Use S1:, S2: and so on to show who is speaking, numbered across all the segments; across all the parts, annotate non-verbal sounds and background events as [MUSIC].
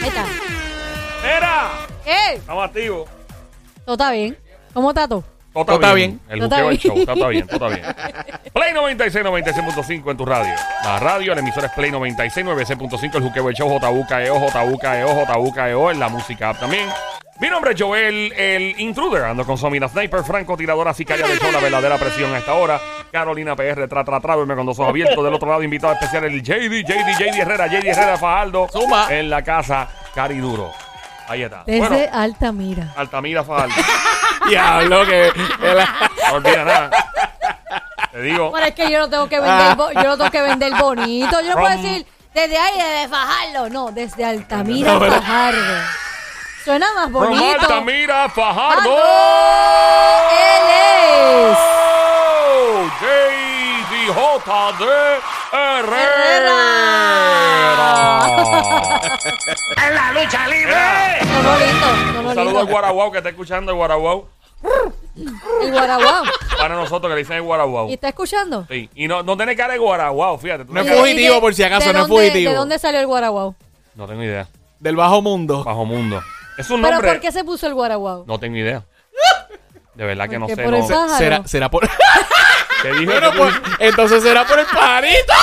S1: Z.
S2: ¡Era!
S1: ¿Eh?
S2: Estamos activos.
S1: ¿Todo está bien? ¿Cómo está tú?
S2: Todo
S3: está
S2: El
S1: Todo
S2: buqueo
S1: está
S2: del
S1: bien.
S2: show. Todo está bien, todo está
S1: [LAUGHS]
S2: bien. Play 96, 96.5 en tu radio. La radio, la emisora es Play 96, 96.5. El juqueo del show, JUKEO, JUKEO, JUKEO. En E la música app también. Mi nombre es Joel, el intruder. Ando con Somina Sniper, Franco, tiradora, sicaria del show, la verdadera presión a esta hora. Carolina PR, tra, tra, tra, duerme con dos ojos abiertos. Del otro lado, invitado especial, el JD, JD, JD Herrera, JD Herrera Fajardo.
S3: Suma.
S2: En la casa, Cari Duro. Ahí está.
S1: Desde
S2: Bueno,
S1: Altamira.
S2: Altamira Fajardo.
S3: [LAUGHS] Diablo, que. que la-
S2: No olvida nada. Te digo.
S1: Bueno, es que yo no tengo que vender, bo- yo no tengo que vender bonito. Yo no puedo
S2: From-
S1: decir desde ahí, desde Fajardo. No, desde Altamira,
S3: No, pero-
S1: Fajardo. Suena más
S2: From
S1: bonito.
S2: Altamira, Fajardo.
S1: Él es.
S2: JDJ de Herrera.
S1: Herrera.
S4: ¡En la lucha libre!
S2: Mira,
S1: Sonó lindo,
S2: Un
S1: sonó
S2: saludo al
S1: lindo.
S2: Guaraguao que está escuchando el Guaraguao.
S1: El Guaraguao.
S2: Para nosotros que le dicen el Guaraguao.
S1: ¿Y está escuchando?
S2: Sí. Y no, no tiene cara de Guaraguao, fíjate. tú
S3: No es
S2: tienes cara-
S3: fugitivo, por si acaso,
S1: ¿de
S3: no es
S1: dónde-
S3: fugitivo.
S1: ¿De dónde salió el Guaraguao?
S2: No tengo idea.
S3: del bajo mundo.
S2: Bajo mundo. Es un
S1: ¿Pero
S2: nombre.
S1: por qué se puso el Guaraguao?
S2: No tengo idea. De verdad que no
S1: Porque
S2: sé.
S1: por
S2: no.
S1: esa- Pájaro.
S3: Será, será
S1: [LAUGHS]
S3: por. [LAUGHS]
S2: ¿Qué dijo?
S3: Bueno,
S2: ¿Qué
S3: pues,
S2: dijo?
S3: entonces será por el pajarito.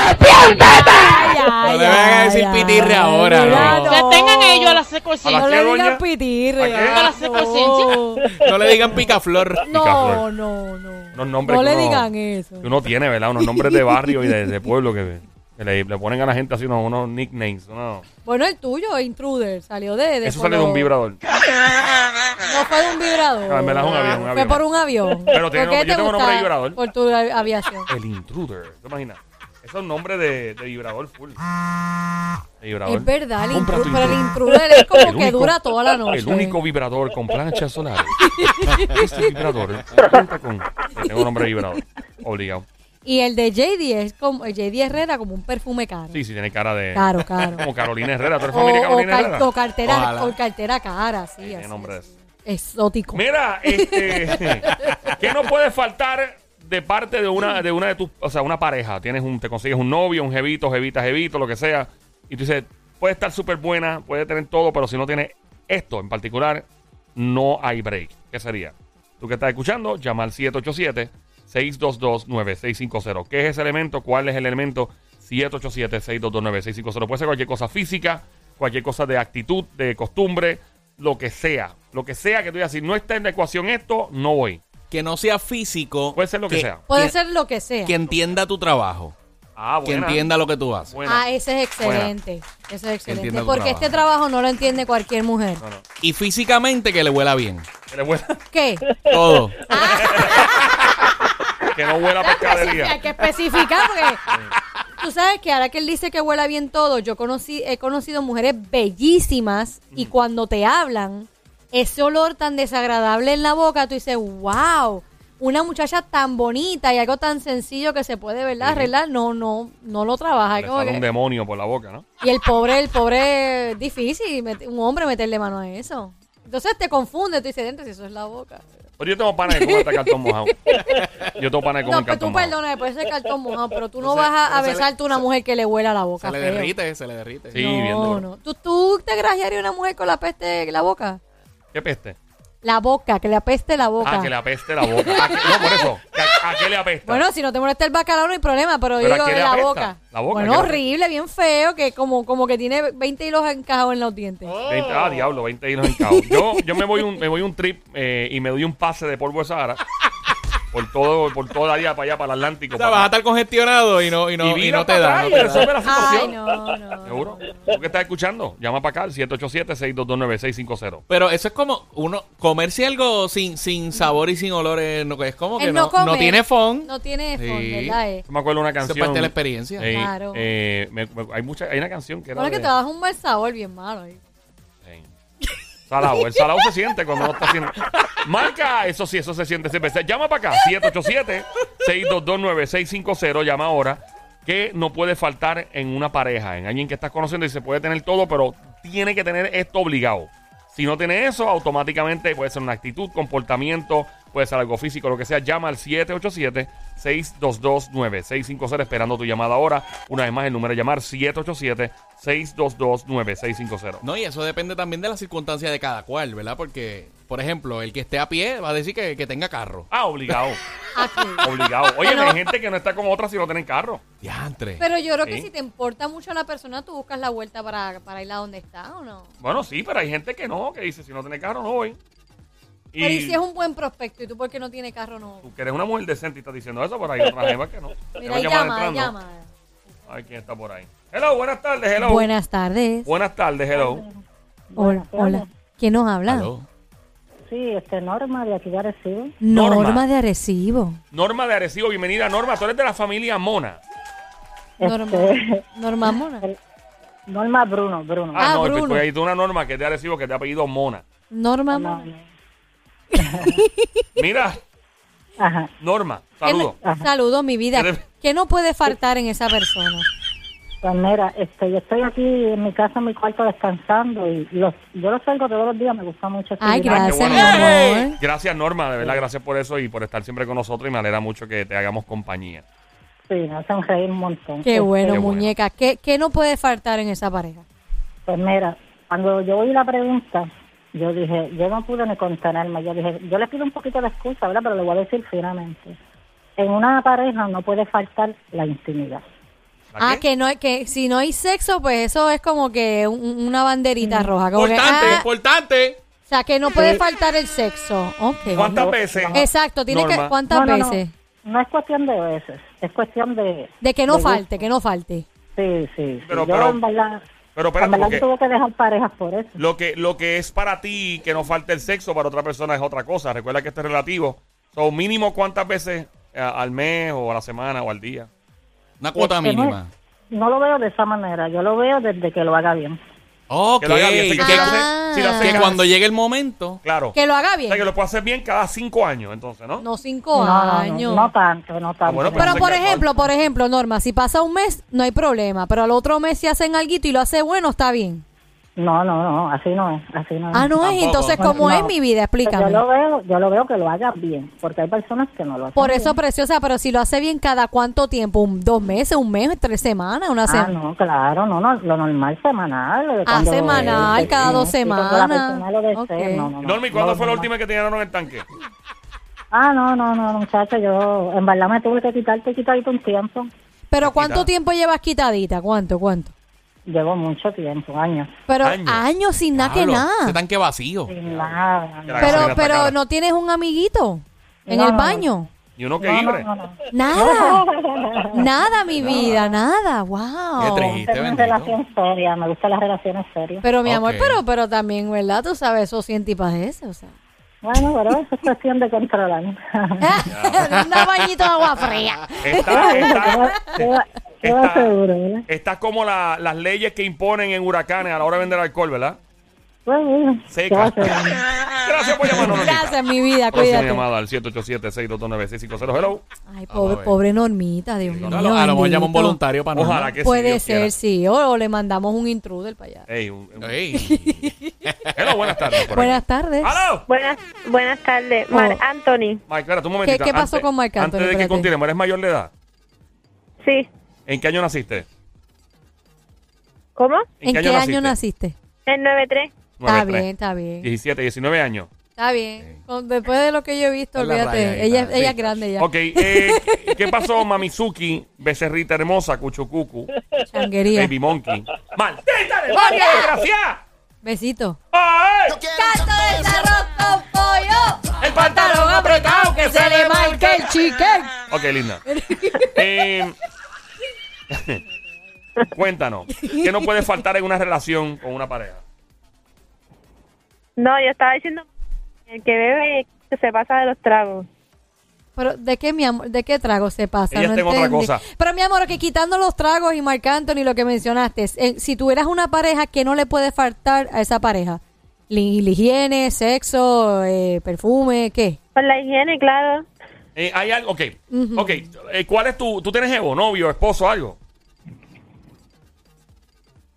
S1: Ay, ay,
S3: No le vayan a
S1: ay,
S3: decir
S1: ay,
S3: pitirre
S1: ay,
S3: ahora,
S1: mira,
S3: no.
S5: Que tengan ellos a la pues, secuencia.
S2: ¿A la
S1: No
S2: qué,
S1: le
S2: doña?
S1: digan pitirre.
S2: ¿A qué?
S1: ah,
S5: A la secuencia.
S3: No le digan picaflor.
S1: No,
S2: Picaflor.
S1: no, no.
S2: Unos nombres
S1: no
S2: que
S1: le
S2: uno-
S1: digan eso.
S2: que uno tiene, ¿verdad? Unos nombres de barrio y de, de pueblo que, que le, le ponen a la gente así unos, unos nicknames. unos-
S1: Bueno, el tuyo, Intruder, salió de... de
S2: Eso
S1: por
S2: sale de un
S1: lo-
S2: vibrador.
S1: No fue de un vibrador.
S2: Ah, me la es un avión, un
S1: Fue
S2: avión.
S1: por un avión.
S2: Pero tiene
S1: ¿Por
S2: nombre-
S1: qué
S2: yo
S1: te
S2: tengo nombre
S1: gusta
S2: de vibrador.
S1: Por tu a- aviación.
S2: El intruder. ¿Te imaginas? Eso es un nombre de, de vibrador full. De vibrador.
S1: Es verdad, el
S2: Compra tu
S1: intruder, pero el
S2: intruder.
S1: intruder es como
S2: El
S1: que
S2: único-
S1: dura toda la noche.
S2: El único vibrador con planchas
S1: [LAUGHS]
S2: solares. Este vibrador cuenta con. Pero tengo nombre de vibrador. Obligado.
S1: Y el de JD es como el JD Herrera como un perfume caro.
S2: Sí, sí, tiene cara de.
S1: Claro, claro.
S2: Como Carolina Herrera. ¿Tú eres
S1: O,
S2: familia de
S1: o
S2: Carolina
S1: car-
S2: Herrera?
S1: o cartera,
S3: Ojalá.
S1: o cartera cara, sí.
S2: tiene
S1: así,
S2: nombre
S1: así.
S2: de
S1: Exótico.
S2: Mira, este, ¿qué no puede faltar de parte de una de una de tus, o sea, una pareja? Tienes un, te consigues un novio, un jevito, jevita, jevito, lo que sea, y tú dices, puede estar súper buena, puede tener todo, pero si no tiene esto en particular, no hay break. ¿Qué sería? Tú que estás escuchando, llama al 787 622 9650. ¿Qué es ese elemento? ¿Cuál es el elemento? 787 622 9650. Puede ser cualquier cosa física, cualquier cosa de actitud, de costumbre, lo que sea. Lo que sea que tú digas, si no está en la ecuación esto, no voy.
S3: Que no sea físico.
S2: Puede ser lo que sea.
S1: Puede
S3: que-
S1: ser lo que sea.
S3: Que entienda tu trabajo.
S2: Ah,
S3: Que
S2: buena.
S3: entienda lo que tú haces.
S2: Buena.
S1: Ah, ese es excelente. Ese es
S3: Entiendo
S1: excelente.
S3: tu
S1: Porque
S3: trabajo.
S1: este trabajo no lo entiende cualquier mujer.
S2: ¿eh? No, no.
S3: Y físicamente que le huela bien.
S2: Que, le huela-
S1: ¿Qué?
S3: Todo.
S2: [LAUGHS] que no huela a
S1: Hay
S2: pescadería.
S1: que especificar
S2: [LAUGHS]
S1: porque tú sabes que ahora que él dice que huela bien todo, yo conocí, he conocido mujeres bellísimas y
S2: Mm.
S1: cuando te hablan, ese olor tan desagradable en la boca, tú dices, wow, una muchacha tan bonita y algo tan sencillo que se puede, ¿verdad?
S2: Ujú.
S1: Arreglar, no, no, no lo trabaja.
S2: Le
S1: es como
S2: sale un
S1: que-
S2: demonio por la boca, ¿no?
S1: Y el pobre, el pobre, difícil, met- un hombre meterle mano a eso. Entonces te confunde, tú dices, dentro, si eso es la boca.
S2: Pero yo tengo pana que comer hasta cartón
S1: [LAUGHS]
S2: mojado. Yo tengo pana que comer
S1: No, pero
S2: cartón
S1: tú
S2: mojado.
S1: perdona, puede ser cartón mojado, pero tú no
S3: Pero
S1: vas
S3: se-
S1: a, a
S3: pero se le-
S1: besarte una mujer que le huela la boca.
S3: Se le
S1: feo.
S3: derrite, se le derrite.
S2: Sí, bien
S1: no,
S2: duro.
S1: no. ¿Tú, ¿Tú te grajearías una mujer con la peste en la boca?
S2: ¿Qué peste?
S1: La boca, que le apeste la boca.
S2: Ah, que le apeste la boca. ¿A qué- no, por eso. Que a- ¿A, qué le apesta?
S1: Bueno, si no te molesta el bacalao no hay problema, pero,
S2: Pero ¿a
S1: yo digo
S2: qué le
S1: de la
S2: apesta?
S1: boca.
S2: La boca, ¿a qué
S1: Bueno,
S2: le-
S1: horrible, bien feo, que como, como que tiene 20 hilos encajados en los dientes.
S2: 20 ah, diablo, 20 hilos en cabo. Yo, yo me voy un, me voy un trip eh, y me doy un pase de polvo de Sahara por todo, por toda área para allá, para el Atlántico.
S3: O sea,
S2: para-
S3: vas a estar congestionado y no, y no, y
S2: vira
S3: no te
S2: para
S3: da.
S2: atrás
S3: no
S2: y
S3: te da.
S2: resuelve la situación.
S1: Ay, no, no.
S2: Seguro. ¿Tú qué estás escuchando? Llama para acá al 787-622-9650.
S3: Pero eso es como uno comerse algo sin, sin sabor y sin olores. No, es como que
S1: El
S3: no, no,
S1: comer,
S3: tiene fond.
S1: No tiene
S3: Sí.
S1: fond, ¿verdad? Eh?
S2: Yo me acuerdo de una
S3: Eso
S2: canción.
S3: es parte de la experiencia.
S2: Eh,
S1: Claro.
S2: eh, me- me- hay, mucha, hay una canción que era.
S1: Bueno, que
S2: de-
S1: te das un mal sabor bien malo. eh.
S2: Sí. Salado, el salado se siente cuando no está haciendo. Marca, eso sí, eso se siente siempre. Llama para acá, 787-622-9650, llama ahora. Que no puede faltar en una pareja, en alguien que estás conociendo y se puede tener todo, pero tiene que tener esto obligado. Si no tiene eso, automáticamente puede ser una actitud, comportamiento, puede ser algo físico, lo que sea, llama al 787-622-9650 esperando tu llamada ahora. Una vez más, el número de llamar 787-622-9650.
S3: No, y eso depende también de la circunstancia de cada cual, ¿verdad? Porque, por ejemplo, el que esté a pie va a decir que, que tenga carro.
S2: Ah,
S1: [LAUGHS]
S2: obligado,
S1: Aquí.
S2: obligado. Oye,
S1: Pero-
S2: hay gente que no está con otra si no tienen carro.
S3: Diantre.
S1: Pero yo creo que
S2: Sí.
S1: si te importa mucho la persona, tú buscas la vuelta para, para ir a donde está, ¿o no?
S2: Bueno, sí, pero hay gente que no, que dice, si no tiene carro, no voy. Y
S1: Pero ¿y si es un buen prospecto y tú porque no tiene carro, no?
S2: tú que eres una mujer decente y estás diciendo eso, por ahí otra jeva que no. Que
S1: [LAUGHS] Mira,
S2: no
S1: ahí
S2: llaman
S1: llama, ahí
S2: entrando.
S1: llama.
S2: A ver quién está por ahí. Hello, buenas tardes, hello.
S1: Buenas tardes.
S2: Buenas tardes, hello.
S1: Hola, hola. ¿Quién nos habla?
S3: Aló.
S6: Sí, este Norma de aquí de Arecibo.
S1: Norma.
S2: Norma.
S1: de Arecibo.
S2: Norma de Arecibo, bienvenida. Norma, tú eres de la familia Mona.
S1: Norma,
S6: Este-
S1: Norma Mona.
S6: Norma Bruno, Bruno.
S1: Ah,
S2: no,
S1: Bruno.
S2: pues ahí está una Norma que es de Arecibo que te ha apellido Mona.
S1: Norma
S6: No,
S1: Mona.
S6: no.
S2: Mira,
S6: Ajá.
S1: [LAUGHS]
S2: Norma,
S1: ¿Qué no-
S2: saludo.
S6: Ajá.
S1: Saludo, mi vida.
S2: Eres-
S1: ¿Qué no puede faltar en esa persona?
S6: Pues mira, este, yo estoy aquí en mi casa, en mi cuarto, descansando y los, yo los salgo todos los días, me gusta mucho.
S1: Ay,
S6: escribir.
S1: gracias,
S2: bueno.
S1: mi amor.
S2: Gracias, Norma, de verdad, gracias por eso y por estar siempre con nosotros y me alegra mucho que te hagamos compañía.
S6: Sí, me hacen reír un montón.
S1: Qué
S6: Este,
S1: bueno,
S2: Qué bueno.
S1: muñeca. ¿Qué, ¿Qué no puede faltar en esa pareja?
S6: Pues mira, cuando yo oí la pregunta, yo dije, yo no pude ni contenerme. Yo dije, yo le pido un poquito de excusa, ¿verdad? Pero le voy a decir finalmente. En una pareja no puede faltar la intimidad.
S2: ¿La
S1: Ah,
S2: qué?
S1: que no hay- que si no hay sexo, pues eso es como que un- una banderita roja. como que,
S3: Importante,
S1: ah,
S3: importante.
S1: o sea, que no puede faltar el sexo. Ok.
S2: ¿Cuántas veces?
S1: Exacto, tiene que
S2: Norma.
S1: cuántas
S6: no, no,
S1: veces.
S6: No, no es cuestión de veces, es cuestión de...
S1: De que no
S6: gusto.
S1: falte, que no falte.
S6: Sí, sí. sí.
S2: Pero-
S6: yo
S2: pero-
S6: en verdad,
S2: pero espérate,
S6: en verdad
S2: porque-
S6: yo tuve que dejar parejas por eso.
S2: Lo que, lo que es para ti que no falte el sexo, para otra persona es otra cosa. Recuerda que esto es relativo. Son mínimo cuántas veces eh, al mes o a la semana o al día.
S3: Una cuota
S6: Es que no-
S3: mínima.
S6: No lo veo de esa manera, yo lo veo desde que lo haga bien.
S3: Ok.
S2: Que lo haga bien. Si,
S3: Que,
S2: que si lo hace-
S1: Ah.
S2: si lo hace
S3: que
S2: cada-
S3: cuando llegue el momento.
S2: Claro.
S1: Que lo haga
S2: O sea, que
S1: bien.
S2: lo puede hacer bien cada cinco años, entonces, ¿no?
S1: No cinco
S6: no, no,
S1: años.
S6: No, no tanto, no tanto.
S2: bueno,
S1: Pero
S2: Pensé
S1: por
S2: que-
S1: ejemplo, por ejemplo, Norma, si pasa un mes, no hay problema. Pero al otro mes si hacen algo y lo hace bueno, está bien.
S6: No, no, no, así no es, así no es.
S1: Ah, no es.
S3: Tampoco.
S1: Entonces, ¿cómo
S6: No,
S1: es mi vida?
S6: Yo
S1: Explícame.
S6: lo, veo, yo lo veo que lo haga bien, porque hay personas que no lo hacen
S1: Por
S6: bien.
S1: eso, preciosa, pero si lo hace bien, ¿cada cuánto tiempo? ¿Un, ¿Dos meses? ¿Un mes? ¿Tres semanas? ¿Una
S6: Ah,
S1: semana?
S6: no, claro, no, no, lo normal semanal. lo de
S1: Ah,
S6: cuando-
S1: semanal,
S6: sí,
S1: cada dos
S6: sí, cuando la
S1: semanas.
S6: persona lo desee,
S1: Ok.
S6: no, no, no.
S2: Normi, ¿cuándo
S6: No,
S2: fue la
S6: no, no.
S2: última que te llenaron el
S1: [LAUGHS]
S2: tanque?
S6: Ah, no, no, no, muchacho, yo en verdad me tuve que quitarte, quitarte un tiempo.
S1: ¿Pero cuánto tiempo llevas quitadita? ¿Cuánto? ¿Cuánto?
S6: Llevo mucho tiempo, años.
S1: Pero
S2: Años.
S1: años, sin nada que
S3: Diablo, Ese
S1: nada.
S3: tanque vacío.
S6: Sin nada.
S2: Que la gasolina
S1: Pero,
S2: está cara.
S1: pero no tienes un amiguito en
S6: No,
S1: el
S6: no,
S1: baño.
S2: Y uno que
S6: No, no,
S2: libre.
S6: no, no. [LAUGHS]
S1: Nada. nada, mi vida, nada.
S3: Qué
S1: Wow.
S6: Yo
S3: triste,
S6: tengo una
S3: bendito.
S6: relación seria, me gustan las relaciones serias.
S1: Pero mi amor,
S3: Ok.
S1: pero pero también, ¿verdad? Tú sabes, eso siente ese, o sea.
S6: Bueno, pero eso es cuestión de controlar. [LAUGHS]
S1: [LAUGHS] Una bañito de agua fría.
S2: Está, está,
S6: Queda- queda
S2: está-
S6: seguro, ¿verdad?
S2: está como la- las leyes que imponen en huracanes a la hora de vender alcohol, ¿verdad?
S6: Bueno,
S2: Seca.
S6: queda seguro.
S2: [LAUGHS] Gracias por llamarnos. Normita.
S1: Gracias, mi vida,
S2: Próxima
S1: cuídate.
S2: llamada al 787-629-650. Hello.
S1: Ay, pobre, pobre Normita, Dios mío.
S3: No, a lo a lo mejor llama un
S1: bendito.
S3: voluntario para
S2: Ojalá
S3: no.
S2: que sí,
S1: Puede
S2: Dios
S1: ser,
S2: quiera.
S1: sí. O, o le mandamos un intruder para allá.
S2: Ey, un- un-
S3: Ey.
S2: Hello, buenas tardes. por Ah,
S1: Buenas tardes.
S2: aquí. Hello.
S7: Buenas, buenas tardes, Mar
S1: Oh.
S7: Anthony.
S2: Mike, espérate un momentito.
S1: ¿Qué- qué pasó con Marc Anthony?
S2: Antes de que
S1: Espérate.
S2: continuemos, ¿eres mayor de edad?
S7: Sí,
S2: ¿En qué año naciste?
S7: ¿cómo?
S1: ¿En qué año naciste?
S7: El 93.
S1: Está
S2: 9-3.
S1: bien, está bien.
S2: 17, 19 años.
S1: Está bien. Con- Después de lo que yo he visto,
S3: Con la raya
S1: olvídate.
S3: ahí,
S1: Ella,
S3: está.
S1: ella
S3: Sí.
S1: es grande ya.
S2: Ok, eh, ¿qué- ¿qué pasó, Mamizuki, Becerrita Hermosa, Cuchucucu,
S1: Changuería.
S2: Baby Monkey? ¡Maldita demonio, desgraciada!
S1: Besito.
S2: ¡Ay!
S1: Canto de arroz con pollo.
S2: El pantalón apretado que se le marque
S1: el chicken.
S2: Ok, linda. Eh, [LAUGHS] cuéntanos, ¿qué no puede faltar en una relación con una pareja?
S7: No, yo estaba diciendo el que bebe se pasa de los tragos.
S1: Pero, ¿de qué, mi amor, ¿de qué trago se pasa?
S2: Ella está en otra
S1: entendí.
S2: cosa.
S1: Pero, mi amor, que quitando los tragos y Marc Anthony, lo que mencionaste, eh, si tuvieras una pareja, ¿qué no le puede faltar a esa pareja? Li- la higiene, sexo, eh, perfume, ¿qué?
S7: Por la higiene, claro.
S2: Eh, hay algo, ok,
S1: Ujú.
S2: ok. eh, ¿Cuál es tu, tú tienes Evo, novio, esposo, algo?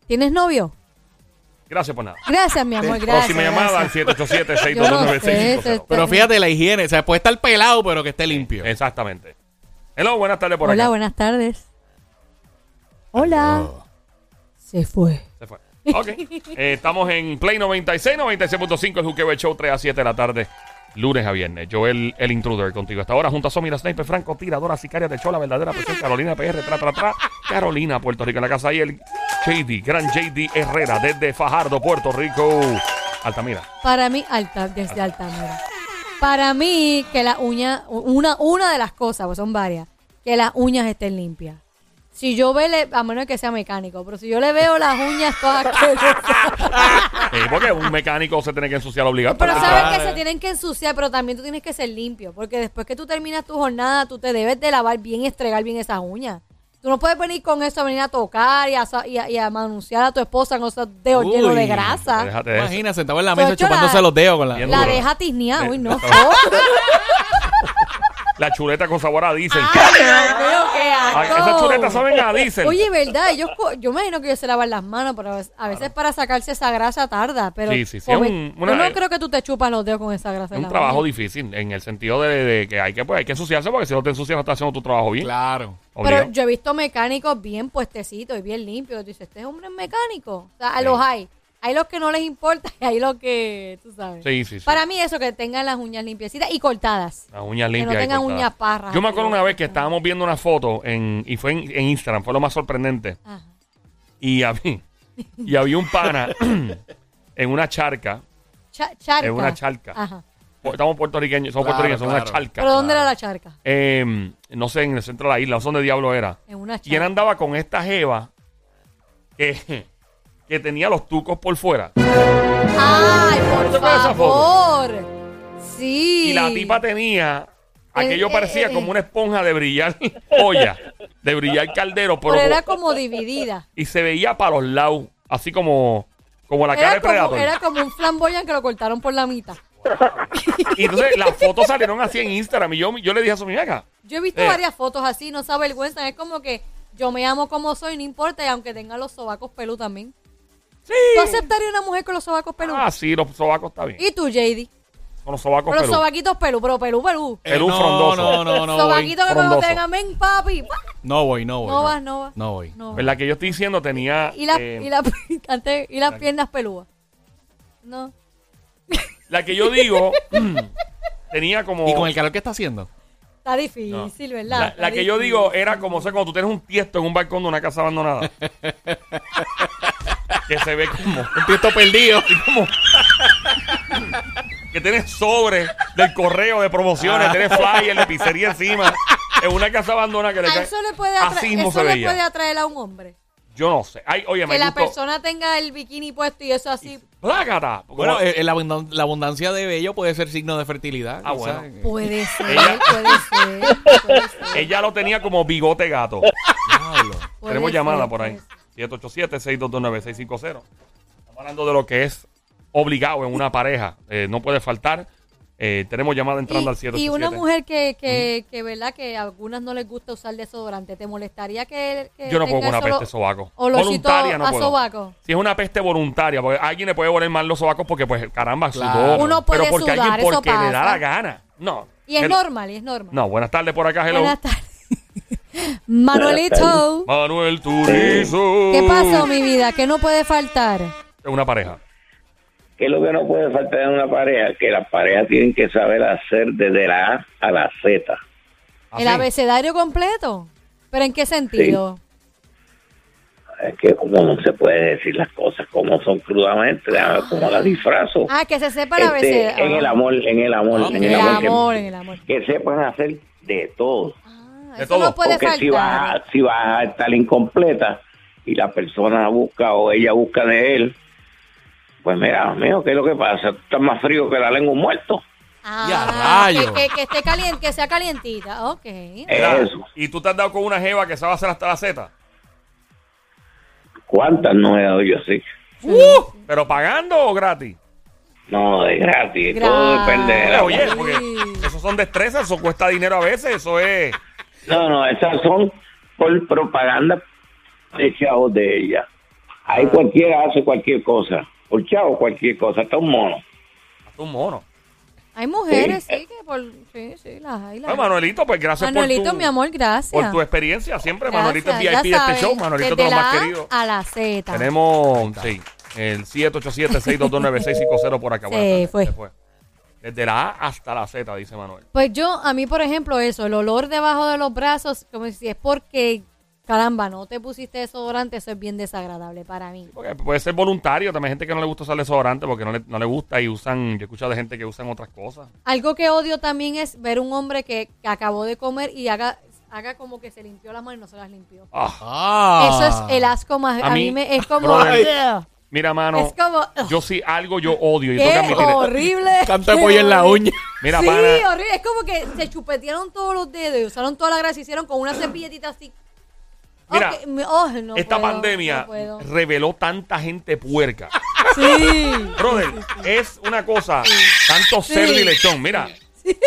S1: ¿Tienes novio?
S2: Gracias por nada.
S1: Gracias, mi amor, gracias.
S2: o si Oh, me llamaban,
S1: gracias.
S2: 787
S1: Yo no sé,
S2: 622
S1: esto-
S3: Pero fíjate la higiene, o sea, puede estar pelado, pero que esté limpio.
S2: Exactamente. Hello, buenas tardes por
S1: Hola,
S2: acá.
S1: buenas tardes. Hola. Se fue.
S2: Se fue.
S1: [LAUGHS]
S2: Ok. Eh, estamos en Play 96, 96.5, el Juqueo del Show, 3 a 7 de la tarde, lunes a viernes. Joel, el intruder, contigo. Hasta ahora, junto a Somi, la sniper, Franco, tiradora, sicaria, de la verdadera presión, Carolina PR, tra, tra, tra, Carolina, Puerto Rico, en la casa y el JD, gran JD Herrera, desde Fajardo, Puerto Rico. Altamira.
S1: [LAUGHS] Para mí, alta, desde Altamira. Para mí, que las uñas, una, una de las cosas, pues son varias, que las uñas estén limpias. Si yo vele, a menos que sea mecánico, pero si yo le veo las uñas todas [LAUGHS] asquerosas.
S2: Eh, porque un mecánico se tiene que ensuciar obligado.
S1: Pero sabes
S2: eh.
S1: que
S3: Claro.
S1: se tienen que ensuciar, pero también tú tienes que ser limpio, porque después que tú terminas tu jornada, tú te debes de lavar bien y estregar bien esas uñas. Tú no puedes venir con eso a venir a tocar y a, sa- y a, y a manunciar a tu esposa con esos dedos
S3: Uy,
S1: llenos de
S2: Te
S1: grasa.
S2: dejaste de eso.
S3: Imagina, sentado en la
S1: Pero
S3: mesa
S1: Pues, yo la-
S3: chupándose los dedos con la...
S2: Bien
S1: La
S2: duro.
S1: deja tisneada, uy, no.
S2: [LAUGHS] La chuleta con sabor a diésel.
S1: Ay, Dios mío, qué
S2: Ay,
S1: asco.
S2: Esas chuletas saben a diésel.
S1: Ah, Oye, ¿verdad? Ellos co- yo me imagino que ellos se lavan las manos, pero a veces, a veces para sacarse esa grasa tarda. Pero
S2: Sí, sí, sí,
S1: come-
S2: un- una- eh,
S1: yo no creo que tú te chupas los dedos con esa grasa.
S2: Es
S1: en
S2: un
S1: Pues la
S2: trabajo
S1: mano.
S2: difícil en el sentido de, de que hay que pues, hay que ensuciarse porque si no te ensucias no estás haciendo tu trabajo bien.
S3: Claro.
S1: Pero
S2: Obligado.
S1: yo he visto mecánicos bien puestecitos y bien limpios. Tú dices, este hombre es mecánico. O sea, los hay. Hay los que no les importa y hay los que, tú sabes.
S2: Sí, sí, sí.
S1: Para mí eso, que tengan las uñas limpiecitas y cortadas.
S2: Las uñas
S1: no
S2: limpias. y
S1: tengan
S2: cortadas.
S1: uñas parras.
S2: Yo me acuerdo una vez que estábamos viendo una foto en, y fue en, en Instagram, fue lo más sorprendente.
S1: Ajá.
S2: Y
S1: [LAUGHS]
S2: había, y había un pana [CLEARS THROAT] en una charca.
S1: Cha- charca.
S2: Es una charca.
S1: Ajá.
S2: Estamos puertorriqueños, somos
S3: Claro,
S2: puertorriqueños, somos una
S3: claro.
S2: charca.
S1: ¿Pero dónde era la charca?
S2: Eh, no sé, en el centro de la isla, no sé dónde diablo era.
S1: En una
S2: ¿Quién
S1: charca.
S2: andaba con esta jeva que, [LAUGHS] que tenía los tucos por fuera?
S1: ¡Ay,
S2: ¿Te
S1: por
S2: acuerdas de esa
S1: favor! Sí.
S2: Y la tipa tenía. Aquello
S1: Eh,
S2: parecía
S1: eh, eh.
S2: como una esponja de brillar [LAUGHS] olla, de brillar caldero, pero,
S1: Pero era como dividida.
S2: y se veía para los lados, así como, como la cara
S1: Era
S2: de
S1: como,
S2: Predator.
S1: era como un flamboyán que lo cortaron por la mitad.
S2: [LAUGHS] Y entonces las fotos salieron así en Instagram y yo, yo le dije a su acá.
S1: Yo he visto
S2: Eh.
S1: varias fotos así, no se avergüenzan. Es como que yo me amo como soy, no importa, y aunque tenga los sobacos pelú también. Sí. ¿Tú aceptarías una mujer con los sobacos pelú?
S2: Ah, sí, los sobacos está bien.
S1: ¿Y tú, JD?
S2: Con los sobacos
S1: Con los
S2: pelú.
S1: sobaquitos pelú, pero pelú, pelú.
S2: El un
S3: no,
S2: frondoso.
S3: No, no, no, voy.
S1: Sobaquito que cuando
S2: frondoso.
S1: tengan, ven, papi.
S3: No voy, no voy.
S1: No vas, no vas.
S3: No voy.
S1: No.
S2: ¿Verdad? Que yo estoy diciendo tenía.
S1: Y, la-
S2: eh,
S1: y la- [LAUGHS] antes- y las piernas pelúas. No.
S2: la que yo
S1: [LAUGHS]
S2: digo mm, tenía como.
S3: ¿Y con el calor que está haciendo?
S1: Está difícil, ¿verdad?
S2: La,
S1: Está
S2: la que yo
S1: difícil.
S2: digo era como, o sea, cuando tú tienes un tiesto en un balcón de una casa
S1: [LAUGHS]
S2: abandonada. que se ve como,
S3: Un tiesto
S2: [LAUGHS]
S3: perdido.
S2: como- que tienes sobre del correo de
S3: Ah.
S2: promociones, tienes flyer de pizzería encima. En una casa abandonada que le
S1: A
S2: cae.
S1: Ah, eso le puede, atra-
S2: Así mismo
S1: eso
S2: se
S1: le
S2: veía.
S1: puede atraer a un hombre.
S2: Yo no sé. Ay, oye, me
S1: Que la
S2: gustó.
S1: persona tenga el bikini puesto y eso así.
S2: ¡Plácata!
S3: Bueno,
S2: Como-
S3: eh, eh, la, abundan- la abundancia de vello puede ser signo de fertilidad.
S2: Ah,
S3: quizás.
S2: bueno. [LAUGHS]
S1: Puede ser,
S2: Ella-
S1: puede ser, puede ser.
S2: ella lo tenía como bigote gato.
S3: [LAUGHS] Diablo.
S1: puede
S2: Tenemos
S1: ser,
S2: llamada por ahí.
S1: puede ser.
S2: 787-622-9650. Estamos hablando de lo que es obligado en una pareja. Eh, no puede faltar. Eh, tenemos llamada entrando al
S1: Y,
S2: 787.
S1: y una mujer que, que, que, ¿verdad? Que a algunas no les gusta usar desodorante. ¿Te molestaría que, que
S2: Yo no puedo con
S1: tenga
S2: una
S1: solo
S2: peste sobaco.
S1: olorcito
S2: Voluntaria no
S1: a
S2: puedo.
S1: sobaco?
S2: Si es una peste voluntaria, porque a alguien le puede voler mal los sobacos porque, pues, caramba,
S3: Claro.
S2: sudó.
S1: Uno puede
S2: pero porque
S1: sudar,
S2: alguien porque
S1: eso
S2: le da
S1: pasa.
S2: la gana. No.
S1: Y es
S2: El-
S1: normal, y es normal.
S2: No, buenas tardes por acá, hello.
S1: Buenas tardes. [LAUGHS] Manuelito,
S2: Manuel Turizo.
S1: ¿qué pasó, mi vida? ¿Qué no puede faltar?
S2: Es una pareja.
S8: que lo que no puede faltar en una pareja, que las parejas tienen que saber hacer desde la A a la Z.
S2: Ah,
S1: El abecedario completo. ¿Pero en qué sentido?
S8: Es que como no se puede decir las cosas como son crudamente, déjame ver cómo las disfrazo.
S1: Ah, que se sepa el
S8: Este,
S1: abecedario.
S8: en el amor, en el amor,
S3: Ah,
S8: en el
S1: el
S8: amor, que-
S1: amor, en el amor.
S8: Que, sepan hacer de todo.
S1: Ah,
S2: De
S1: eso
S2: todo.
S1: no puede
S8: Porque
S1: faltar.
S8: si vas, a- si vas a estar incompleta y la persona busca o ella busca de él, pues mira, mío, ¿qué es lo que pasa? Tú estás más frío que la lengua de un muerto.
S1: Ah,
S3: Y a rayos.
S1: Que, que- que esté caliente, que sea calientita. Ok.
S2: Mira,
S8: Eso.
S2: Y tú te has dado con una jeva que sabe hacer hasta la Z.
S8: ¿Cuántas no he dado yo así?
S2: Uh, ¿Pero pagando o gratis?
S8: No, es gratis, todo
S1: Gratis.
S8: depende de la
S2: Oye, porque eso son destrezas, eso cuesta dinero a veces, eso es...
S8: No, no, esas son por propaganda echados de ella. Ahí cualquiera hace cualquier cosa. por chavo, cualquier cosa, hasta un mono.
S2: Hasta un mono.
S1: Hay mujeres,
S8: Sí.
S1: sí, que por... Sí, sí, las hay. Las
S2: Bueno, Manuelito, pues gracias por
S1: Manuelito,
S2: tu,
S1: mi amor, gracias.
S2: por tu experiencia siempre. Manuelito es
S1: Gracias,
S2: VIP de
S1: ya
S2: este
S1: sabes,
S2: show. Manuelito, todo
S1: desde
S2: lo más
S1: la A
S2: querido.
S1: A la Z.
S2: Tenemos sí, el 787-622-9650 por acá. Buenas
S1: Se
S2: tardes.
S1: fue.
S2: Se Desde la A hasta la Z, dice Manuel.
S1: Pues yo, a mí, por ejemplo, eso, el olor debajo de los brazos, como si es porque, caramba, no te pusiste desodorante, eso es bien desagradable para mí.
S2: Porque puede ser voluntario, también hay gente que no le gusta usar desodorante porque no le, no le gusta y usan, yo he escuchado de gente que usan otras cosas.
S1: Algo que odio también es ver un hombre que, que acabó de comer y haga, haga como que se limpió las manos y no se las limpió.
S2: Ah,
S3: Ah.
S1: Eso es el asco más.
S2: A
S1: A, mí,
S2: mí-
S1: me, es como.
S2: Brother,
S1: Ugh.
S2: mira, mano,
S1: es como. ugh,
S2: yo sí algo yo odio. y tengo que
S1: qué
S2: admitir esto. [LAUGHS]
S1: horrible.
S3: Canto de
S1: qué
S3: pollo en la
S1: horrible.
S3: uña.
S2: Mira,
S1: sí,
S2: pana,
S1: horrible. Es como que se chupetearon todos los dedos y usaron toda la grasa y hicieron con una servilletita así.
S2: Mira,
S1: Ok, me- oh, no
S2: esta
S1: puedo,
S2: pandemia
S1: no
S2: [LAUGHS]
S1: puedo.
S2: reveló tanta gente puerca.
S1: [LAUGHS] Sí.
S2: Brother, es una cosa, tanto cerdo y lechón. Mira,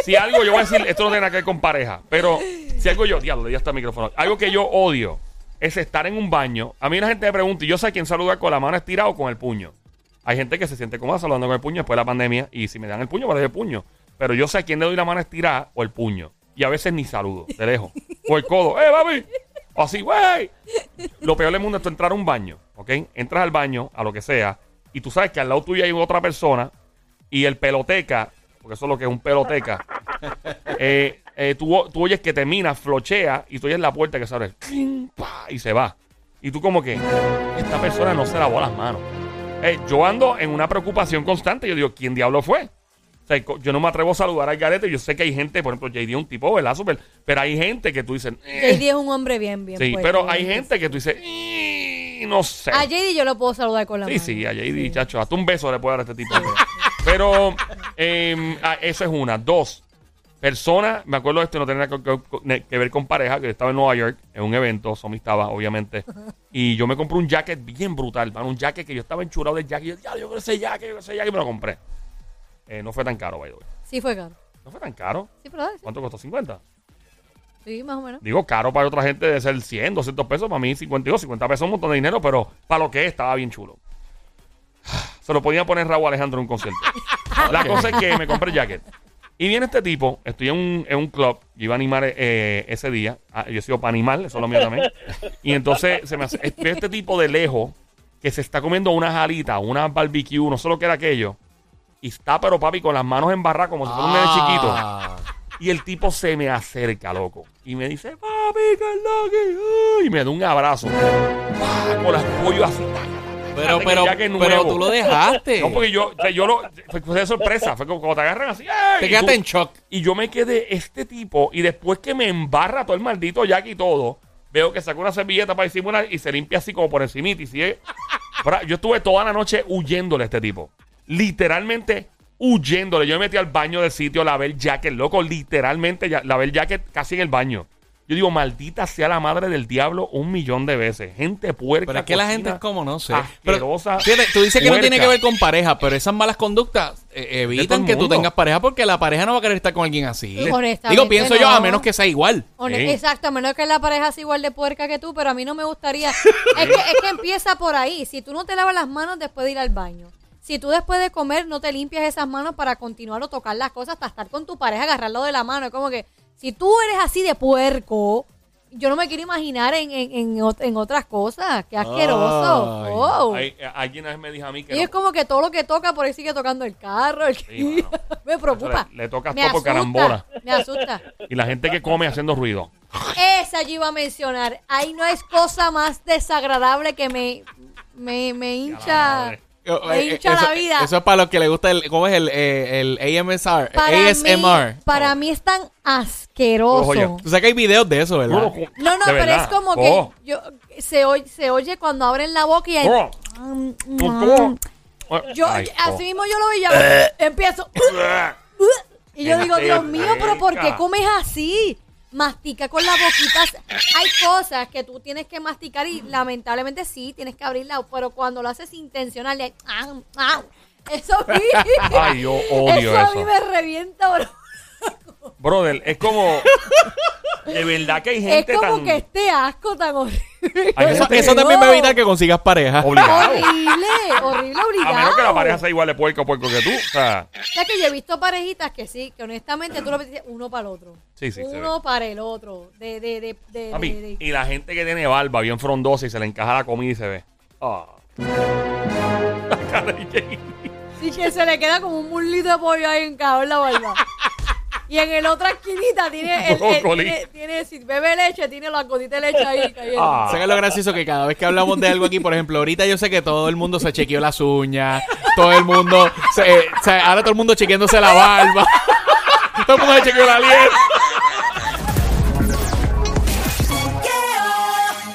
S2: si algo yo voy a decir, esto no tiene nada que ver con pareja, pero si algo yo, diablo, ya está el micrófono. Algo que yo odio es estar en un baño. A mí la gente me pregunta, y yo sé a quién saluda con la mano estirada o con el puño. Hay gente que se siente cómoda saludando con el puño después de la pandemia, y si me dan el puño, para el puño. Pero yo sé a quién le doy la mano estirada o el puño. Y a veces ni saludo, de lejos. O el codo, ¡eh, papi! O así, güey. Lo peor del mundo es tú entrar a un baño, ¿ok? Entras al baño, a lo que sea, y tú sabes que al lado tuyo hay otra persona y el peloteca, porque eso es lo que es un peloteca, eh, eh, tú, o- tú oyes que te mina, flochea y tú oyes la puerta que se abre cling, pa, y se va. Y tú como que, esta persona no se lavó las manos. Eh, yo ando en una preocupación constante. Yo digo, ¿quién diablo fue? O sea, co- yo no me atrevo a saludar al garete. Yo sé que hay gente, por ejemplo, JD es un tipo, ¿verdad? Super- pero hay gente que tú dices... eh,
S1: JD es un hombre bien, bien.
S2: Sí,
S1: puesto,
S2: pero
S1: bien
S2: hay
S1: puesto.
S2: gente que tú dices, "Y, no sé.
S1: A JD yo lo puedo saludar con la
S2: Sí,
S1: mano.
S2: sí, a JD, chacho, hasta un beso le puede dar a este tipo. [LAUGHS] Pero eh, ah, eso es una. Dos, personas, me acuerdo de esto, no tenía nada que, que- que ver con pareja, que estaba en Nueva York, en un evento, Somi estaba, obviamente, y yo me compré un jacket bien brutal, mano, un jacket que yo estaba enchurado del jacket, y yo, "Ya, yo quiero ese jacket, yo quiero ese jacket, y me lo compré. Eh, no fue tan caro, by the way.
S1: Sí, fue caro.
S2: No fue tan caro.
S1: Sí, pero dale, sí.
S2: ¿Cuánto costó? ¿50?
S1: Sí, más o menos.
S2: Digo, caro para otra gente debe ser 100, 200 pesos. Para mí, 52, 50 pesos es un montón de dinero, pero para lo que es, estaba bien chulo. [SIGHS] Se lo podía poner Raúl Alejandro en un concierto. La cosa es que me compré el jacket. Y viene este tipo, estoy en un, en un club, yo iba a animar eh, ese día, Ah, yo he sido para animar, eso es lo mío también. Y entonces se me hace, veo este tipo de lejos que se está comiendo unas alitas, unas barbecue, no sé lo que era aquello, y está pero papi con las manos embarradas como si fuera un
S3: Ah.
S2: nene chiquito. Y el tipo se me acerca, loco. Y me dice, papi, ¿qué es lo que hay?" Y me da un abrazo. Ah, Con las pollo así. taca, taca,
S3: Pero,
S2: taca,
S3: pero,
S2: ya que es
S3: pero
S2: nuevo.
S3: tú lo dejaste.
S2: [LAUGHS] No, porque yo, o sea, yo lo. Fue fue de sorpresa. Fue como, como te agarran así. ¡ay!
S3: Te
S2: Y
S3: quedaste
S2: tú-
S3: en shock.
S2: Y yo me quedé este tipo. Y después que me embarra todo el maldito Jack y todo, veo que saca una servilleta para encima una- y se limpia así como por encima. Y sigue. [LAUGHS] Ahora, Yo estuve toda la noche huyéndole a este tipo. Literalmente huyéndole. Yo me metí al baño del sitio, lavé el jacket, loco. Literalmente ya- lavé el jacket casi en el baño. Yo digo, maldita sea la madre del diablo un millón de veces. Gente puerca.
S3: Pero es que la
S2: cochina,
S3: gente es como, no sé. Pero,
S2: asquerosa,
S3: fíjate, tú dices que no tiene
S2: puerca.
S3: que ver con pareja, pero esas malas conductas eh,
S2: todo el
S3: evitan que tú
S2: mundo.
S3: tengas pareja porque la pareja no va a querer estar con alguien así.
S1: Honestamente,
S3: Digo, pienso yo,
S1: no.
S3: a menos que sea igual.
S1: Hone-
S2: Sí.
S1: Exacto, a menos que la pareja sea igual de puerca que tú, pero a mí no
S2: [LAUGHS]
S1: me gustaría. es, que, es que empieza por ahí. Si tú no te lavas las manos después de ir al baño, si tú después de comer no te limpias esas manos para continuar o tocar las cosas hasta estar con tu pareja, agarrarlo de la mano, es como que si tú eres así de puerco, yo no me quiero imaginar en, en- en ot- en otras cosas. Qué asqueroso.
S3: Ay,
S1: Wow.
S2: Ay, eh, alguien una vez me dijo a mí que.
S1: Y
S2: no-
S1: es como que todo lo que toca por ahí sigue tocando el carro. el-
S2: Sí, mano.
S1: [LAUGHS] me preocupa.
S2: Le- le tocas
S1: Me
S2: todo por
S1: asusta,
S2: carambola.
S1: Me asusta.
S2: Y la gente que come haciendo ruido.
S1: Esa yo iba a mencionar. Ahí no es cosa más desagradable que me, me, me hincha.
S2: madre.
S1: Me
S3: Eh, eh,
S1: hincha
S3: eso-
S1: la vida.
S3: Eso es para los que le gusta el, ¿cómo es el, eh, el AMSR?
S1: para
S3: ASMR.
S1: Mí, para mí es tan asqueroso.
S2: Ojo, yo-
S3: Tú sabes que hay videos de eso, ¿verdad?
S1: No, no,
S2: de
S1: pero
S2: verdad.
S1: es como
S2: Oh,
S1: que yo, se, oye, se oye cuando abren la boca y hay-
S2: oh,
S1: Mm, mm,
S2: oh, oh.
S1: yo
S2: Ay, Eh. oh.
S1: Así mismo yo lo vi, yo
S2: [COUGHS]
S1: empiezo. y yo digo, Dios mío, pero ¿por qué
S2: Manteca.
S1: comes así? Mastica con la boquita. Hay cosas que tú tienes que masticar y lamentablemente sí, tienes que abrirla, pero cuando lo haces intencional, le- ¡Am, am! eso a mí-
S2: [LAUGHS] Ay, yo odio
S1: a mí
S2: eso.
S1: me revienta, bro. [LAUGHS]
S2: Brother, es como. De verdad que hay
S1: Es
S2: gente
S1: como
S2: tan...
S1: que este asco tan horrible.
S2: Hay
S3: Eso,
S2: gente-
S3: eso también va a evitar que consigas pareja.
S2: Obligado.
S1: [LAUGHS] Horrible, horrible,
S2: A
S1: obligado.
S2: menos que la pareja sea igual de puerco o puerco que tú. O sea,
S1: O sea, que yo he visto parejitas que sí, que honestamente tú lo ves uno para el otro.
S2: Sí, sí, se
S1: Uno para el otro. De, de, de, de,
S2: papi, eh.
S1: de- de-
S2: y la gente que tiene barba bien frondosa y se le encaja la comida y se ve. Ah. La cara de Jay.
S1: Y que se le queda como un mulito de pollo ahí encajado en la barba. y en el otra esquinita tiene, el, el-
S2: [LAUGHS] Brócoli.
S1: tiene, tiene- si bebe leche, tiene la gotita de leche ahí cayendo.
S2: Ah.
S3: O sea, que lo gracioso que cada vez que hablamos de algo aquí, por ejemplo, ahorita yo sé que todo el mundo se chequeó las uñas, todo el [LAUGHS] mundo, se- eh, o sea, ahora todo el mundo chequeándose la barba, todo el mundo se chequeó la lienda.